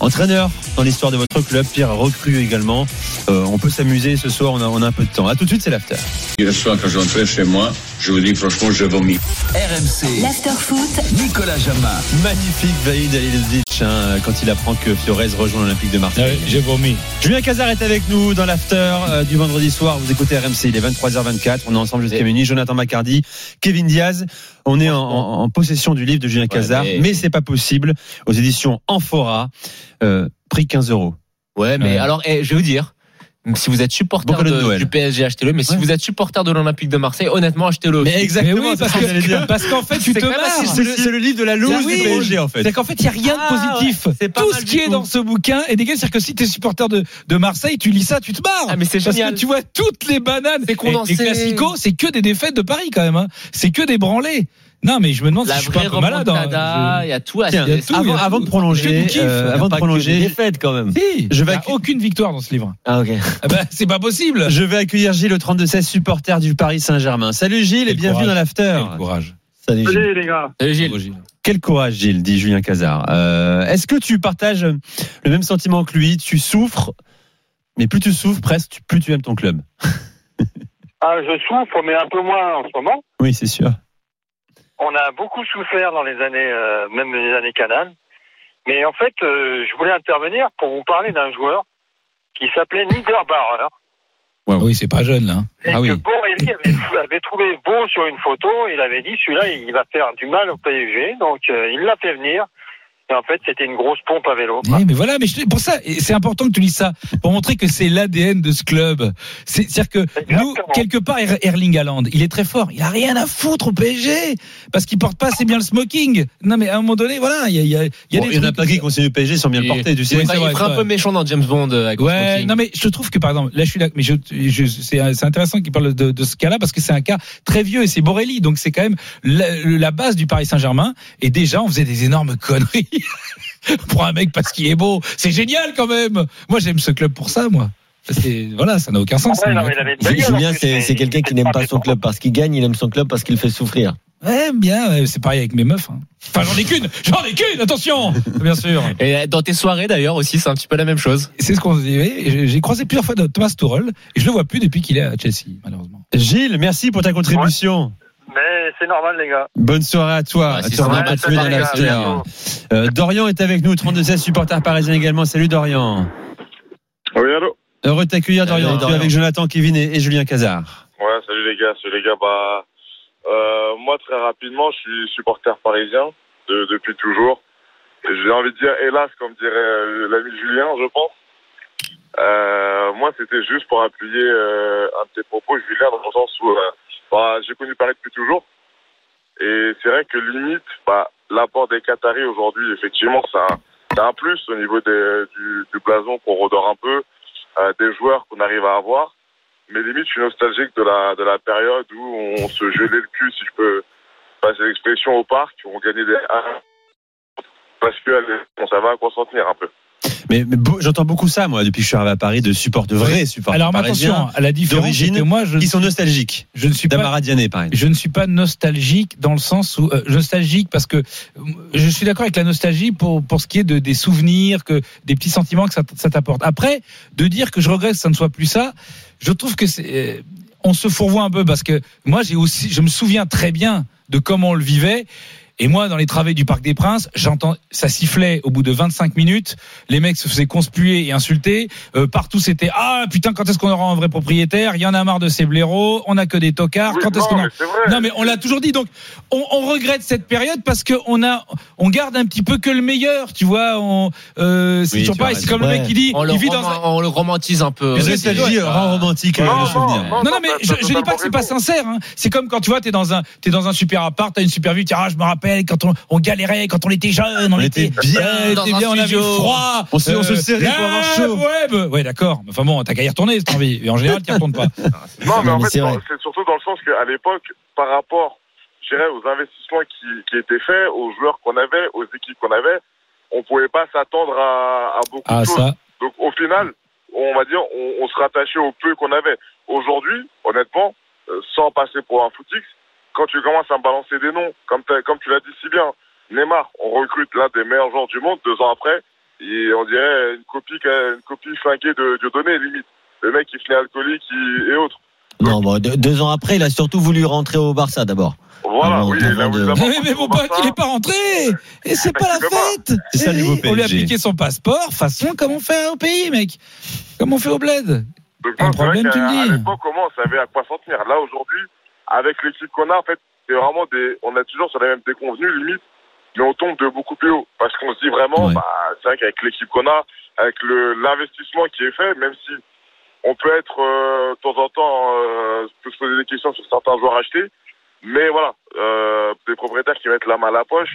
Speaker 3: entraîneurs dans l'histoire de votre club, pires recrues également. Euh, on peut s'amuser ce soir, on a, on a un peu de temps. À tout de suite, c'est l'after.
Speaker 7: Hier soir, quand j'entrais chez moi, je vous dis franchement, je vomis.
Speaker 2: RMC,
Speaker 1: L'afterfoot,
Speaker 2: Nicolas Jamin.
Speaker 3: Magnifique Vaïd Halilovic hein, quand il apprend que Fiorez rejoint l'Olympique de
Speaker 4: Ah
Speaker 3: Marseille.
Speaker 4: oui, J'ai vomi.
Speaker 3: Julien Cazard est avec nous dans l'after euh, du vendredi soir. Vous écoutez RMC, il est 23h24. On est ensemble jusqu'à
Speaker 5: Et-
Speaker 3: minuit. Jonathan Macardy, Kevin Diaz. On est en, en- en possession du livre de Julien Cazard,
Speaker 5: mais-
Speaker 3: mais c'est pas possible. Aux éditions Amphora, euh, prix 15 euros.
Speaker 5: Ouais, mais
Speaker 4: Ouais.
Speaker 5: alors, eh, je vais vous dire. Si vous êtes supporter
Speaker 3: Bon cadeau de
Speaker 5: de-
Speaker 3: Noël.
Speaker 5: du PSG, achetez-le. Mais si
Speaker 3: Ouais.
Speaker 5: vous êtes supporter de l'Olympique de Marseille, honnêtement, achetez-le. aussi.
Speaker 4: Mais oui, parce que- parce qu'en fait, tu
Speaker 5: C'est
Speaker 4: te
Speaker 5: quand même assez
Speaker 4: marres.
Speaker 3: C'est le, c'est le livre de la loose
Speaker 4: Oui.
Speaker 3: du PSG en fait.
Speaker 4: C'est qu'en fait, il n'y a rien de
Speaker 5: Ah,
Speaker 4: positif.
Speaker 5: ouais, c'est pas
Speaker 4: Tout
Speaker 5: mal
Speaker 4: ce
Speaker 5: du
Speaker 4: qui est
Speaker 5: tout.
Speaker 4: dans ce bouquin est dégueulasse. C'est-à-dire que si tu es supporter de, de Marseille, tu lis ça, tu te barres.
Speaker 5: Ah, mais c'est
Speaker 4: Parce
Speaker 5: génial.
Speaker 4: que tu vois toutes les bananes.
Speaker 5: C'est condensé.
Speaker 4: Et Les classicos, c'est que des défaites de Paris quand même. hein. C'est que des branlés. Non, mais je me demande
Speaker 5: La
Speaker 4: si je suis pas
Speaker 5: vraie
Speaker 4: un peu malade. hein.
Speaker 5: remontada, il y a tout. à-
Speaker 3: Tiens,
Speaker 5: c'est-
Speaker 4: tout,
Speaker 3: avant,
Speaker 4: il y a
Speaker 3: avant
Speaker 4: tout.
Speaker 3: de prolonger,
Speaker 4: Que du kiff.
Speaker 3: euh,
Speaker 6: Il y a
Speaker 3: avant de
Speaker 6: pas que des
Speaker 3: prolonger,
Speaker 6: défaites, quand même.
Speaker 4: Si,
Speaker 3: Je vais
Speaker 4: il y a
Speaker 3: accu-
Speaker 4: aucune victoire dans ce livre.
Speaker 6: Ah, ok.
Speaker 4: Ah bah, c'est pas possible.
Speaker 3: je vais accueillir Gilles, le 32-16 supporter du Paris Saint-Germain. Salut Gilles et
Speaker 4: Quel
Speaker 3: bienvenue
Speaker 4: courage.
Speaker 3: dans l'after.
Speaker 4: Quel courage.
Speaker 6: Salut, Gilles.
Speaker 8: Salut les gars.
Speaker 5: Salut, Gilles.
Speaker 3: Quel courage, Gilles, dit Julien Cazard. Euh, Est-ce que tu partages le même sentiment que lui Tu souffres, mais plus tu souffres, presque, tu- plus tu aimes ton club.
Speaker 8: Ah, je souffre, mais un peu moins en ce moment.
Speaker 3: Oui, c'est sûr.
Speaker 8: On a beaucoup souffert dans les années, euh, même les années Canal. Mais en fait, euh, je voulais intervenir pour vous parler d'un joueur qui s'appelait Niederbauer.
Speaker 4: Oui, c'est pas jeune là. hein.
Speaker 8: Et
Speaker 4: Ah
Speaker 8: que
Speaker 4: oui.
Speaker 8: Borrelli avait, avait trouvé beau sur une photo. Il avait dit, celui-là, il va faire du mal au PSG. Donc, euh, il l'a fait venir. Et en fait, c'était une grosse pompe à vélo.
Speaker 4: Oui, Eh, mais voilà, mais je te- pour ça, et c'est important que tu lis ça, pour montrer que c'est l'ADN de ce club. C'est- C'est-à-dire que nous,
Speaker 8: Exactement.
Speaker 4: quelque part, Er- Erling Haaland, il est très fort, il a rien à foutre au PSG, parce qu'il porte pas assez bien le smoking. Non, mais à un moment donné, voilà, il y a, il y a, il y a
Speaker 3: Bon,
Speaker 4: des
Speaker 3: il y en a
Speaker 4: trucs-
Speaker 3: pas qui conseillent le PSG sans bien le
Speaker 5: Et-
Speaker 3: porter, tu sais.
Speaker 4: Oui,
Speaker 5: Il
Speaker 4: c'est vrai,
Speaker 5: fera
Speaker 4: c'est
Speaker 5: un peu
Speaker 4: vrai.
Speaker 5: méchant dans James Bond. euh, avec
Speaker 4: Ouais,
Speaker 5: Smoking.
Speaker 4: non mais je trouve que par exemple, là je suis là, mais je, je- c'est c'est intéressant qu'il parle de, de ce cas-là parce que c'est un cas très vieux et c'est Borelli, donc c'est quand même la, la base du Paris Saint-Germain. Et déjà, on faisait des énormes conneries pour un mec parce qu'il est beau. C'est génial quand même. Moi, j'aime ce club pour ça, moi. C'est voilà, ça n'a aucun sens.
Speaker 8: Ouais,
Speaker 4: mais-
Speaker 8: non, mais il avait une belle gueule, en
Speaker 6: Julien,
Speaker 8: plus,
Speaker 6: c'est
Speaker 8: mais
Speaker 6: c'est quelqu'un
Speaker 8: il
Speaker 6: qui
Speaker 8: fait
Speaker 6: n'aime pas son
Speaker 8: défendre.
Speaker 6: club parce qu'il gagne, il aime son club parce qu'il le fait souffrir.
Speaker 4: Ouais, bien, ouais, c'est pareil avec mes meufs. hein. Enfin, j'en ai qu'une, j'en ai qu'une. Attention, bien sûr.
Speaker 5: Et euh, dans tes soirées d'ailleurs aussi, c'est un petit peu la même chose.
Speaker 4: C'est ce qu'on se disait. J'ai croisé plusieurs fois Thomas Tuchel et je le vois plus depuis qu'il est à Chelsea, malheureusement.
Speaker 3: Gilles, merci pour ta contribution.
Speaker 8: Mais c'est normal, les gas.
Speaker 3: Bonne soirée à toi.
Speaker 5: Ouais, si
Speaker 3: Tu
Speaker 5: ça
Speaker 3: reviens
Speaker 5: va,
Speaker 3: pas
Speaker 5: ça
Speaker 3: tuer
Speaker 5: va,
Speaker 3: dans
Speaker 5: les gars,
Speaker 3: l'after.
Speaker 8: bientôt.
Speaker 3: Euh, Dorian est avec nous, 32-16 supporter parisien également. Salut Dorian.
Speaker 9: Oui, allô
Speaker 3: Heureux de t'accueillir Dorian.
Speaker 6: Salut,
Speaker 3: Tu es
Speaker 6: Dorian.
Speaker 3: avec Jonathan, Kevin et, et Julien Cazard.
Speaker 9: Ouais, salut les gars, salut les gars. Bah, euh, moi, très rapidement, je suis supporter parisien de- depuis toujours. Et J'ai envie de dire, hélas, comme dirait euh, l'ami Julien, je pense. Euh, moi, c'était juste pour appuyer euh, un de tes propos, Julien, dans le sens où euh, bah, j'ai connu Paris depuis toujours. Et c'est vrai que limite, bah, l'apport des Qataris aujourd'hui, effectivement, c'est un, c'est un plus au niveau des- du, du blason qu'on redore un peu, euh, des joueurs qu'on arrive à avoir mais limite, je suis nostalgique de la, de la période où on se gelait le cul, si je peux passer l'expression, au parc, où on gagnait des 1 parce que allez, on savait à quoi s'en tenir un peu.
Speaker 3: Mais, mais beau- j'entends beaucoup ça, moi, depuis que je suis arrivé à Paris, de support, de vrais supporters
Speaker 4: Alors, mais
Speaker 3: parisiens
Speaker 4: attention, à la différence, c'est
Speaker 3: d'origine,
Speaker 4: que moi, je,
Speaker 3: qui sont nostalgiques.
Speaker 4: Mm. je ne suis pas
Speaker 3: Damara Diané, par exemple.
Speaker 4: je ne suis pas nostalgique dans le sens où euh, nostalgique parce que euh, je suis d'accord avec la nostalgie pour pour ce qui est de des souvenirs que des petits sentiments que ça, t- ça t'apporte. Après, de dire que je regrette que ça ne soit plus ça, je trouve que c'est euh, on se fourvoie un peu parce que moi j'ai aussi je me souviens très bien de comment on le vivait Et moi, dans les travées du Parc des Princes, j'entends, ça sifflait au bout de 25 minutes. Les mecs se faisaient conspuer et insulter. Euh, partout, c'était ah putain, quand est-ce qu'on aura un vrai propriétaire Il y en a marre de ces blaireaux. On a que des tocards.
Speaker 9: Oui,
Speaker 4: quand est-ce qu'on
Speaker 9: non,
Speaker 4: en-
Speaker 9: mais c'est vrai.
Speaker 4: Ah, Non, mais on l'a toujours dit. Donc, on, on regrette cette période parce que on a, on garde un petit peu que le meilleur, tu vois. On, euh, c'est
Speaker 3: Oui,
Speaker 4: toujours
Speaker 3: tu
Speaker 4: pareil.
Speaker 3: as
Speaker 4: C'est comme le
Speaker 6: raison.
Speaker 4: mec qui dit,
Speaker 5: On le,
Speaker 4: il vit dans
Speaker 5: roman-
Speaker 4: un
Speaker 5: on le romantise un peu.
Speaker 3: La
Speaker 4: c'est-
Speaker 3: nostalgie
Speaker 4: ouais.
Speaker 3: euh, rend romantique euh,
Speaker 9: Non,
Speaker 3: le souvenir.
Speaker 9: non,
Speaker 4: Non, non, mais
Speaker 9: t'as-
Speaker 4: je,
Speaker 9: t'as
Speaker 4: je dis pas
Speaker 9: totalement
Speaker 4: que c'est pas
Speaker 9: raison.
Speaker 4: sincère. hein. C'est comme quand tu vois, t'es dans un, t'es dans un super appart, t'as une super vue, tu dis, ah, je me rappelle quand on, on galérait, quand on était jeune, on,
Speaker 3: On
Speaker 4: était
Speaker 3: était
Speaker 4: bien,
Speaker 3: bien
Speaker 5: dans
Speaker 4: était
Speaker 5: un
Speaker 4: bien, on avait
Speaker 5: studio.
Speaker 4: froid, euh,
Speaker 3: On se- on se serrait
Speaker 4: la
Speaker 3: pour avoir chaud.
Speaker 4: Web, ouais, d'accord. Enfin bon, t'as qu'à y retourner, si t'as envie. Et en général, t'y retournes pas.
Speaker 9: Non, mais
Speaker 6: Non,
Speaker 9: en
Speaker 6: mais
Speaker 9: fait,
Speaker 6: c'est vrai.
Speaker 9: dans- c'est surtout dans le sens qu'à l'époque, par rapport, je dirais, aux investissements qui, qui étaient faits, aux joueurs qu'on avait, aux équipes qu'on avait, on pouvait pas s'attendre à, à beaucoup
Speaker 4: Ah
Speaker 9: de choses.
Speaker 4: ça,
Speaker 9: Donc, au final, on va dire, on, on se rattachait au peu qu'on avait. Aujourd'hui, honnêtement, euh, sans passer pour un footix, quand tu commences à me balancer des noms, comme, t'as- comme tu l'as dit si bien, Neymar, on recrute l'un des meilleurs joueurs du monde deux ans après, et on dirait une copie, qu'a- une copie flinguée de Dieudonné, limite. Le mec qui finit alcoolique il- et autres.
Speaker 6: Non, bon, deux, deux ans après, il a surtout voulu rentrer au Barça d'abord.
Speaker 9: Voilà,
Speaker 6: Avant-
Speaker 9: oui,
Speaker 6: avant
Speaker 9: il a
Speaker 6: de-
Speaker 9: voulu d'abord
Speaker 4: Mais, mais mon
Speaker 9: partir au
Speaker 4: pote, il
Speaker 9: Barça.
Speaker 4: n'est pas rentré
Speaker 9: Euh,
Speaker 4: Et c'est
Speaker 9: bah,
Speaker 4: pas la
Speaker 9: Exactement.
Speaker 4: fête
Speaker 3: C'est ça,
Speaker 4: Eh
Speaker 3: le
Speaker 4: oui,
Speaker 3: nouveau
Speaker 4: On lui a
Speaker 3: PSG.
Speaker 4: appliqué son passeport, façon comme on fait au pays, mec. Comme on fait au bled.
Speaker 9: Donc,
Speaker 4: Un
Speaker 9: non, c'est vrai
Speaker 4: problème, tu me
Speaker 9: qu'à à
Speaker 4: dis.
Speaker 9: l'époque, comment on savait à quoi s'en tenir Là, aujourd'hui, avec l'équipe qu'on a, en fait, c'est vraiment des. On a toujours sur les mêmes déconvenues, limite, mais on tombe de beaucoup plus haut. Parce qu'on se dit vraiment,
Speaker 3: Ouais.
Speaker 9: bah, c'est vrai qu'avec l'équipe qu'on a, avec le- l'investissement qui est fait, même si on peut être euh, de temps en temps, euh, peut se poser des questions sur certains joueurs achetés, mais voilà, euh, des propriétaires qui mettent la main à la poche,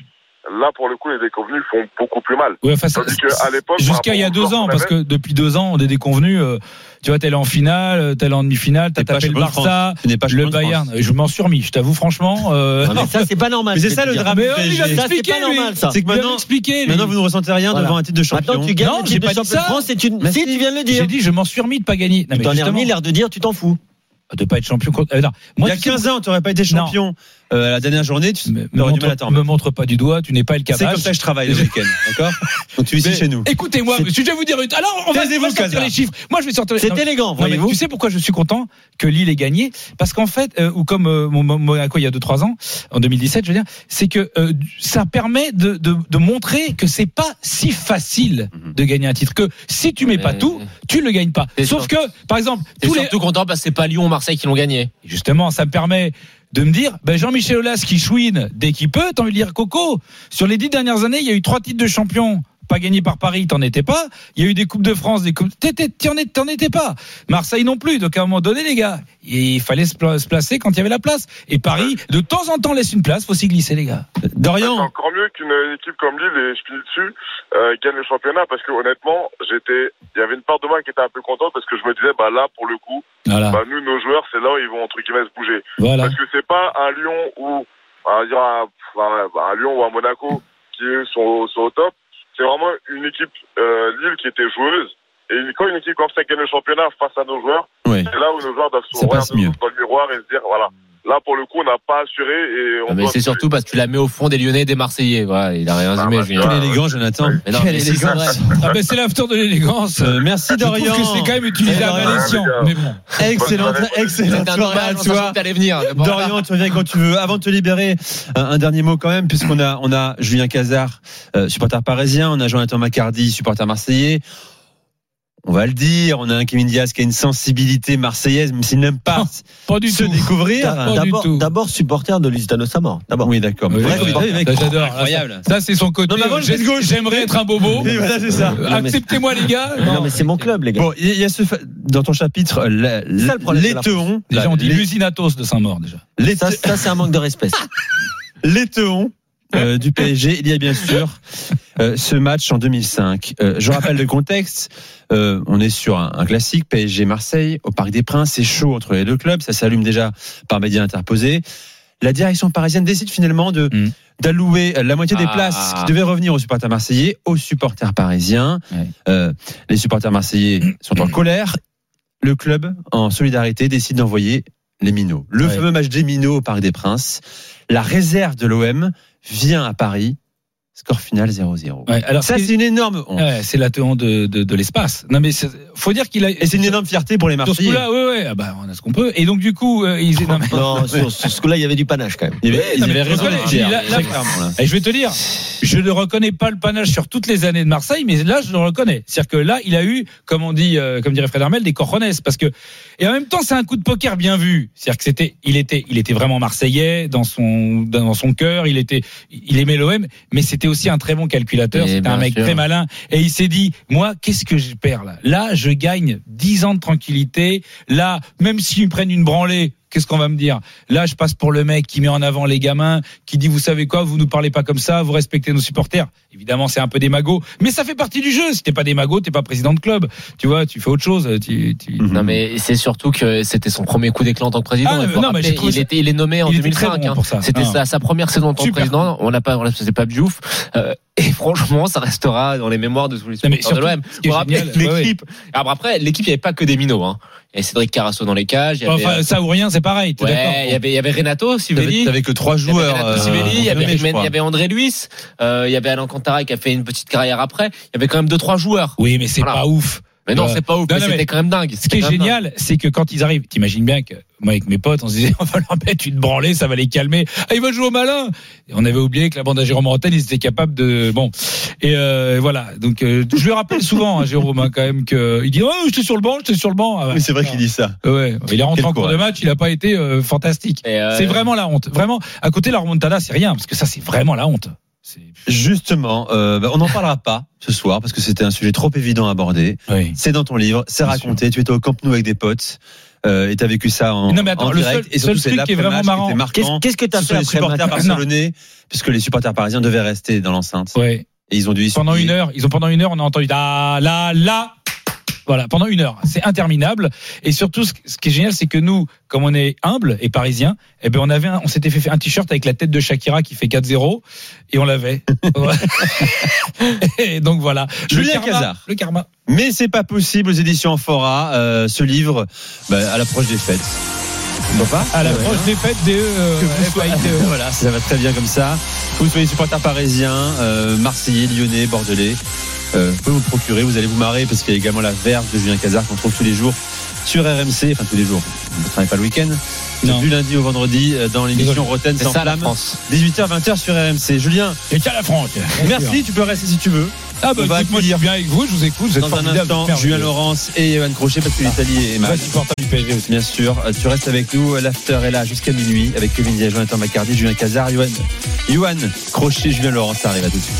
Speaker 9: là, pour le coup, les déconvenus font beaucoup plus mal.
Speaker 4: Ouais, enfin, ça-
Speaker 9: Tandis qu'à l'époque,
Speaker 4: Jusqu'à
Speaker 9: par
Speaker 4: il y a
Speaker 9: rapport aux
Speaker 4: deux
Speaker 9: joueurs
Speaker 4: ans,
Speaker 9: qu'on
Speaker 4: parce
Speaker 9: avait-
Speaker 4: que depuis deux ans, on est déconvenu. euh, tu vois, t'es allé en finale, euh, t'es allé en demi-finale, t'as
Speaker 3: T'es pas
Speaker 4: tapé le
Speaker 3: champion de
Speaker 4: Barça,
Speaker 3: Tu n'es pas champion
Speaker 4: le
Speaker 3: de France.
Speaker 4: Bayern. Je m'en suis remis, je t'avoue franchement. euh,
Speaker 6: Non, mais ça, c'est pas normal.
Speaker 3: Mais
Speaker 6: je
Speaker 3: c'est
Speaker 6: vais
Speaker 3: ça
Speaker 6: te
Speaker 3: le
Speaker 6: dire.
Speaker 3: drame.
Speaker 4: mais
Speaker 3: du
Speaker 4: on lui
Speaker 3: PSG.
Speaker 4: va
Speaker 6: Ça, c'est
Speaker 4: expliquer,
Speaker 6: pas
Speaker 4: lui.
Speaker 6: normal, ça.
Speaker 3: C'est que
Speaker 4: Il va
Speaker 3: maintenant-
Speaker 4: m'expliquer, lui.
Speaker 3: Maintenant, vous ne ressentez rien
Speaker 6: Voilà.
Speaker 3: devant un titre de champion.
Speaker 6: Maintenant, tu gagnes
Speaker 4: Non,
Speaker 6: le
Speaker 4: j'ai
Speaker 6: titre
Speaker 4: pas
Speaker 6: de
Speaker 4: dit
Speaker 6: champion de
Speaker 4: ça.
Speaker 6: France et tu,
Speaker 3: Mais
Speaker 6: si,
Speaker 3: si.
Speaker 6: tu viens de le
Speaker 4: J'ai
Speaker 6: dire.
Speaker 4: dit, je m'en suis remis de pas gagner. Non,
Speaker 6: Tu
Speaker 4: mais
Speaker 6: t'en es
Speaker 4: justement,
Speaker 6: remis l'air de dire, tu t'en fous.
Speaker 4: de pas être champion contre. euh, non. Moi,
Speaker 3: il y a
Speaker 4: tu sais
Speaker 3: 15 ans, tu n'aurais pas été champion euh, à la dernière journée, tu
Speaker 4: me, me
Speaker 3: aurais du
Speaker 4: montre,
Speaker 3: mal à t'en
Speaker 4: me
Speaker 3: remettre.
Speaker 4: montre pas du doigt, tu n'es pas le
Speaker 3: C'est
Speaker 4: cabage.
Speaker 3: comme ça que je travaille le week-end, d'accord Donc tu es ici
Speaker 4: Mais
Speaker 3: chez nous.
Speaker 4: Écoutez-moi,
Speaker 3: C'est-
Speaker 4: monsieur, je vais vous dire une. Alors, on va,
Speaker 3: Taisez-vous,
Speaker 4: on va sortir
Speaker 3: Casa.
Speaker 4: les chiffres. Moi, je vais sortir les
Speaker 6: C'est
Speaker 4: Non, mais-
Speaker 6: élégant,
Speaker 4: non, mais
Speaker 6: voyez-vous.
Speaker 4: tu sais pourquoi je suis content que Lille ait gagné Parce qu'en fait, euh, ou comme euh, Mon- Mon- Monaco il y a 2-3 ans, en 2017, je veux dire, c'est que euh, ça permet de, de, de montrer que c'est pas si facile
Speaker 3: Mhm.
Speaker 4: de gagner un titre. Que si tu mets pas
Speaker 5: Mais-
Speaker 4: tout, tu le gagnes pas.
Speaker 5: T'es
Speaker 4: Sauf
Speaker 5: sûr-
Speaker 4: que, par exemple,
Speaker 5: T'es
Speaker 4: tous les,
Speaker 5: surtout content parce que c'est pas Lyon ou Marseille qui l'ont gagné.
Speaker 4: et Justement, ça me permet de me dire, ben Jean-Michel Aulas qui chouine dès qu'il peut, t'as envie de dire Coco. Sur les dix dernières années, il y a eu trois titres de champion. Pas gagné par Paris, t'en étais pas. Il y a eu des Coupes de France, des Coupes. t'étais- T'en étais, t'en étais pas. Marseille non plus. Donc à un moment donné, les gars, il fallait se pla- se placer quand il y avait la place. Et Paris, de temps en temps, laisse une place. Faut s'y glisser, les gars.
Speaker 9: C'est
Speaker 3: Dorian,
Speaker 9: encore mieux qu'une équipe comme Lille, et je finis dessus, euh, gagne le championnat parce que honnêtement, j'étais, il y avait une part de moi qui était un peu contente parce que je me disais, bah là, pour le coup,
Speaker 4: Voilà.
Speaker 9: bah nous, nos joueurs, c'est là où ils vont entre guillemets se bouger.
Speaker 4: Voilà.
Speaker 9: Parce que c'est pas un Lyon ou, on va dire, un, un- un Lyon ou un Monaco qui eux, sont, au- sont au top. C'est vraiment une équipe, euh, Lille qui était joueuse. Et une- quand une équipe comme ça gagne le championnat face à nos joueurs,
Speaker 3: ouais.
Speaker 9: c'est là où nos joueurs doivent se
Speaker 3: Ça passe
Speaker 9: regarder
Speaker 3: mieux.
Speaker 9: dans le miroir et se dire, voilà, là, pour le coup, on n'a pas assuré et on
Speaker 5: Non, Ah, mais
Speaker 9: doit-
Speaker 5: c'est surtout parce que tu la mets au fond des Lyonnais et des Marseillais. Voilà, il a rien résumé,
Speaker 9: bah,
Speaker 5: Julien.
Speaker 3: Quel élégant, Jonathan.
Speaker 5: Mais non,
Speaker 3: Quel
Speaker 5: mais c'est
Speaker 3: élégant.
Speaker 5: ça.
Speaker 4: Ah ben c'est l'after de l'élégance.
Speaker 3: Euh, merci
Speaker 4: Je trouve
Speaker 3: Dorian.
Speaker 4: que c'est quand même
Speaker 5: Eh,
Speaker 4: utilisable à
Speaker 3: Dorian.
Speaker 4: l'escient. Mais bon.
Speaker 3: Excellente,
Speaker 9: Bonne
Speaker 3: excellente
Speaker 5: C'était un
Speaker 3: soirée à
Speaker 5: dommage, on sachait
Speaker 3: toi.
Speaker 5: que t'allais venir.
Speaker 3: Dorian, tu reviens quand tu veux. Avant de te libérer, un, un dernier mot quand même, puisqu'on a, on a Julien Cazard, euh, supporter parisien, on a Jonathan Macardy, supporter marseillais. On va le dire, on a un Kevin Diaz qui a une sensibilité marseillaise, même s'il n'aime pas
Speaker 4: Pas du
Speaker 3: se
Speaker 4: tout.
Speaker 3: découvrir.
Speaker 4: Pas du
Speaker 6: D'abord,
Speaker 4: tout.
Speaker 6: d'abord supporter de Lusitano Samor. D'abord.
Speaker 3: Oui, d'accord.
Speaker 4: Oui,
Speaker 3: Vrai
Speaker 4: oui,
Speaker 3: supporter,
Speaker 4: oui.
Speaker 3: mec.
Speaker 4: Ça, Ah, j'adore.
Speaker 3: Incroyable.
Speaker 4: Ça c'est son côté.
Speaker 3: Non, mais avant, je
Speaker 4: J'ai-
Speaker 3: fais de gauche.
Speaker 4: J'aimerais être un bobo.
Speaker 3: Oui, voilà, c'est ça.
Speaker 4: Euh,
Speaker 6: Non, mais-
Speaker 4: Acceptez-moi les gars.
Speaker 6: Non, mais c'est mon club, les gars.
Speaker 3: Bon, il y a ce fa- dans ton chapitre euh, la-
Speaker 6: C'est ça, le problème de
Speaker 3: les
Speaker 6: la
Speaker 3: teons,
Speaker 4: Déjà, on dit
Speaker 3: Bah, les-
Speaker 4: l'usine Athos de Saint-Maur, déjà.
Speaker 3: les
Speaker 6: Ça, ça, c'est un manque de respect. ça.
Speaker 3: les teons euh, du PSG. Il y a bien sûr euh, ce match en 2005. Euh, je rappelle le contexte. Euh, on est sur un, un classique PSG Marseille au Parc des Princes. C'est chaud entre les deux clubs. Ça s'allume déjà par médias interposés. La direction parisienne décide finalement de
Speaker 4: Mm.
Speaker 3: d'allouer la moitié des
Speaker 5: Ah.
Speaker 3: places qui devaient revenir aux supporters marseillais aux supporters parisiens.
Speaker 4: Ouais.
Speaker 3: Euh, les supporters marseillais sont en colère. Le club, en solidarité, décide d'envoyer les minots. Le
Speaker 4: Ouais.
Speaker 3: fameux match des minots au Parc des Princes. La réserve de l'OM vient à Paris Score final 0-0.
Speaker 4: Ouais, alors
Speaker 3: ça,
Speaker 4: c'est-
Speaker 3: c'est une énorme honte.
Speaker 4: Ouais, c'est la tenue de, de, de l'espace. Non, mais c'est- faut dire qu'il a.
Speaker 3: Et c'est une énorme fierté pour les
Speaker 4: Sur ce
Speaker 3: Marseillais.
Speaker 4: coup-là, ouais, ouais, ah bah, on a ce qu'on peut. Et donc, du coup, euh, ils. non, mais-
Speaker 6: Non, sur, sur ce coup-là, il y avait du panache quand même.
Speaker 3: Ils
Speaker 4: Ouais,
Speaker 3: avaient- ils
Speaker 4: non, mais
Speaker 3: avaient
Speaker 4: je
Speaker 3: raison
Speaker 4: reconnais,
Speaker 3: d'être
Speaker 4: je dis,
Speaker 3: fiers,
Speaker 4: là-
Speaker 3: très
Speaker 4: là-
Speaker 3: clairement, là.
Speaker 4: Et je vais te dire, je ne reconnais pas le panache sur toutes les années de Marseille, mais là, je le reconnais. C'est-à-dire que là, il a eu, comme on dit, euh, comme dirait Fred Armel, des cojones. Parce que, et en même temps, c'est un coup de poker bien vu. C'est-à-dire que c'était, il était, il était vraiment marseillais dans son, dans son cœur. Il était, il aimait l'OM, mais c'était aussi un très bon calculateur.
Speaker 5: Et
Speaker 4: C'était un
Speaker 5: bien
Speaker 4: mec
Speaker 5: sûr.
Speaker 4: très malin. Et il s'est dit, moi, qu'est-ce que je perds là? Là, je gagne 10 ans de tranquillité. Là, même s'ils me prennent une branlée, qu'est-ce qu'on va me dire? Là, je passe pour le mec qui met en avant les gamins, qui dit, vous savez quoi, vous nous parlez pas comme ça, vous respectez nos supporters. Évidemment, c'est un peu des magots, mais ça fait partie du jeu. Si t'es pas des magots, t'es pas président de club. Tu vois, tu fais autre chose. Tu, tu-
Speaker 3: Mhm.
Speaker 5: Non mais c'est surtout que c'était son premier coup d'éclat en tant que président.
Speaker 4: Ah,
Speaker 5: Il faut
Speaker 4: non, mais
Speaker 5: rappeler,
Speaker 4: j'ai trouvé
Speaker 5: il
Speaker 4: ça-
Speaker 5: était il est nommé en
Speaker 4: il était très
Speaker 5: 2005.
Speaker 4: bon
Speaker 5: hein.
Speaker 4: pour ça.
Speaker 5: C'était
Speaker 4: Ah.
Speaker 5: sa, sa première saison en tant que
Speaker 4: Super.
Speaker 5: président. On l'a pas on l'a faisait pas du ouf. Euh, et franchement, ça restera dans les mémoires de tous les
Speaker 4: Non, mais
Speaker 5: supporters de l'OM.
Speaker 4: surtout, ce qui est
Speaker 5: Vous rappelez
Speaker 4: génial, ouais,
Speaker 5: l'équipe. Alors Après, l'équipe, il n'y avait pas que des minots. Hein. Il y avait Cédric Carasso dans les cages. Il y avait, euh,
Speaker 4: Enfin, ça ou rien, c'est pareil. T'es
Speaker 5: ouais,
Speaker 4: d'accord hein.
Speaker 5: il y avait, il y avait Renato
Speaker 3: T'avais
Speaker 5: Sivelli.
Speaker 3: t'avais que trois
Speaker 5: Il y avait
Speaker 3: joueurs.
Speaker 5: Renato
Speaker 3: euh,
Speaker 5: Sivelli, il y avait
Speaker 3: confirmés, je
Speaker 5: Redman,
Speaker 3: crois.
Speaker 5: il y avait André Luis, euh, il y avait Alain Cantara qui a fait une petite carrière après. Il y avait quand même deux trois joueurs.
Speaker 4: Oui, mais c'est
Speaker 5: Voilà.
Speaker 4: pas ouf.
Speaker 5: Mais non,
Speaker 4: Euh,
Speaker 5: c'est pas ouf.
Speaker 4: non,
Speaker 5: mais
Speaker 4: non, mais
Speaker 5: C'était quand même dingue.
Speaker 4: Ce qui
Speaker 5: C'était quand
Speaker 4: est
Speaker 5: même dingue.
Speaker 4: génial, c'est que quand ils arrivent, t'imagines bien que moi avec mes potes, on se disait on va leur mettre une branlée, ça va les calmer. Ah, ils vont jouer au malin. Et on avait oublié que la bande à Jérôme Rotel, ils étaient capables de bon. Et euh, voilà. Donc euh, je le rappelle souvent, à Jérôme, hein, quand même que il dit oh j'étais sur le banc, j'étais sur le banc. Ah, bah,
Speaker 3: Mais c'est vrai qu'il dit ça.
Speaker 4: Ouais, il est rentré
Speaker 3: Quel
Speaker 4: en cours
Speaker 3: courage.
Speaker 4: de match, il n'a pas été euh, fantastique.
Speaker 5: Et, euh,
Speaker 4: C'est vraiment la honte. Vraiment, à côté de la remontada, c'est rien, parce que ça, c'est vraiment la honte. C'est-
Speaker 3: Justement, euh, bah, on n'en parlera pas ce soir parce que c'était un sujet trop évident à aborder. C'est dans ton livre, c'est
Speaker 4: Bien
Speaker 3: raconté. Tu étais au Camp Nou avec des potes euh, et t'as vécu ça en,
Speaker 4: Non, mais attends,
Speaker 3: en
Speaker 4: le
Speaker 3: direct.
Speaker 4: seul-
Speaker 3: et surtout,
Speaker 4: seul
Speaker 3: c'est
Speaker 4: truc qui est
Speaker 3: l'après-match
Speaker 4: vraiment marrant.
Speaker 3: était marquant.
Speaker 6: Qu'est-ce qu'est-ce que t'as
Speaker 3: Ce sont
Speaker 6: fait
Speaker 3: les
Speaker 6: après le
Speaker 3: supporters
Speaker 6: match
Speaker 3: barcelonais, puisque les supporters parisiens devaient rester dans l'enceinte
Speaker 4: Ouais.
Speaker 3: et ils ont dû y
Speaker 4: pendant
Speaker 3: supplier.
Speaker 4: une heure. Ils ont pendant une heure, on a entendu là, là, là. Voilà, pendant une heure, c'est interminable. Et surtout, ce ce qui est génial, c'est que nous, comme on est humble et parisien, eh ben on avait, un- on s'était fait un t-shirt avec la tête de Shakira qui fait 4-0 et on l'avait. Ouais. et donc voilà.
Speaker 3: Julien
Speaker 4: le karma,
Speaker 3: Cazard.
Speaker 4: Le karma.
Speaker 3: Mais c'est pas possible aux éditions Amphora. euh, ce livre, bah, à l'approche des fêtes. Pourquoi pas
Speaker 4: À
Speaker 3: Ouais.
Speaker 4: l'approche des fêtes des euh,
Speaker 3: Que vous soyez-
Speaker 4: FITE.
Speaker 3: voilà, ça va très bien comme ça. Que vous soyez supporter parisien, euh, marseillais, lyonnais, bordelais, euh, vous pouvez vous le procurer, vous allez vous marrer parce qu'il y a également la verve de Julien Cazard qu'on trouve tous les jours sur RMC, enfin tous les jours, on ne travaille pas le week-end,
Speaker 4: Non.
Speaker 3: du lundi au vendredi euh, dans l'émission Rotten
Speaker 5: C'est
Speaker 3: sans
Speaker 5: ça la
Speaker 3: flamme,
Speaker 5: France.
Speaker 3: 18h, 20h sur RMC. Julien,
Speaker 4: Et qu'à la France.
Speaker 3: merci, tu peux rester si tu veux.
Speaker 4: Ah bah
Speaker 3: On va
Speaker 4: écoute, moi je suis bien avec vous, je vous écoute. Vous êtes
Speaker 3: Dans un
Speaker 4: formidables, vous
Speaker 3: instant,
Speaker 4: êtes
Speaker 3: Julien
Speaker 4: merveilleux.
Speaker 3: Laurence et Johan Crochet parce
Speaker 4: Ah.
Speaker 3: que l'Italie est
Speaker 4: Je
Speaker 3: mal.
Speaker 4: suis supporter du PSG aussi.
Speaker 3: Bien sûr, Euh, tu restes avec nous. L'after est là jusqu'à minuit avec Kevin Diaz, Jonathan Macardy, Julien Cazard, Johan, Johan Crochet, Julien Laurent. Ça arrive à tout de suite.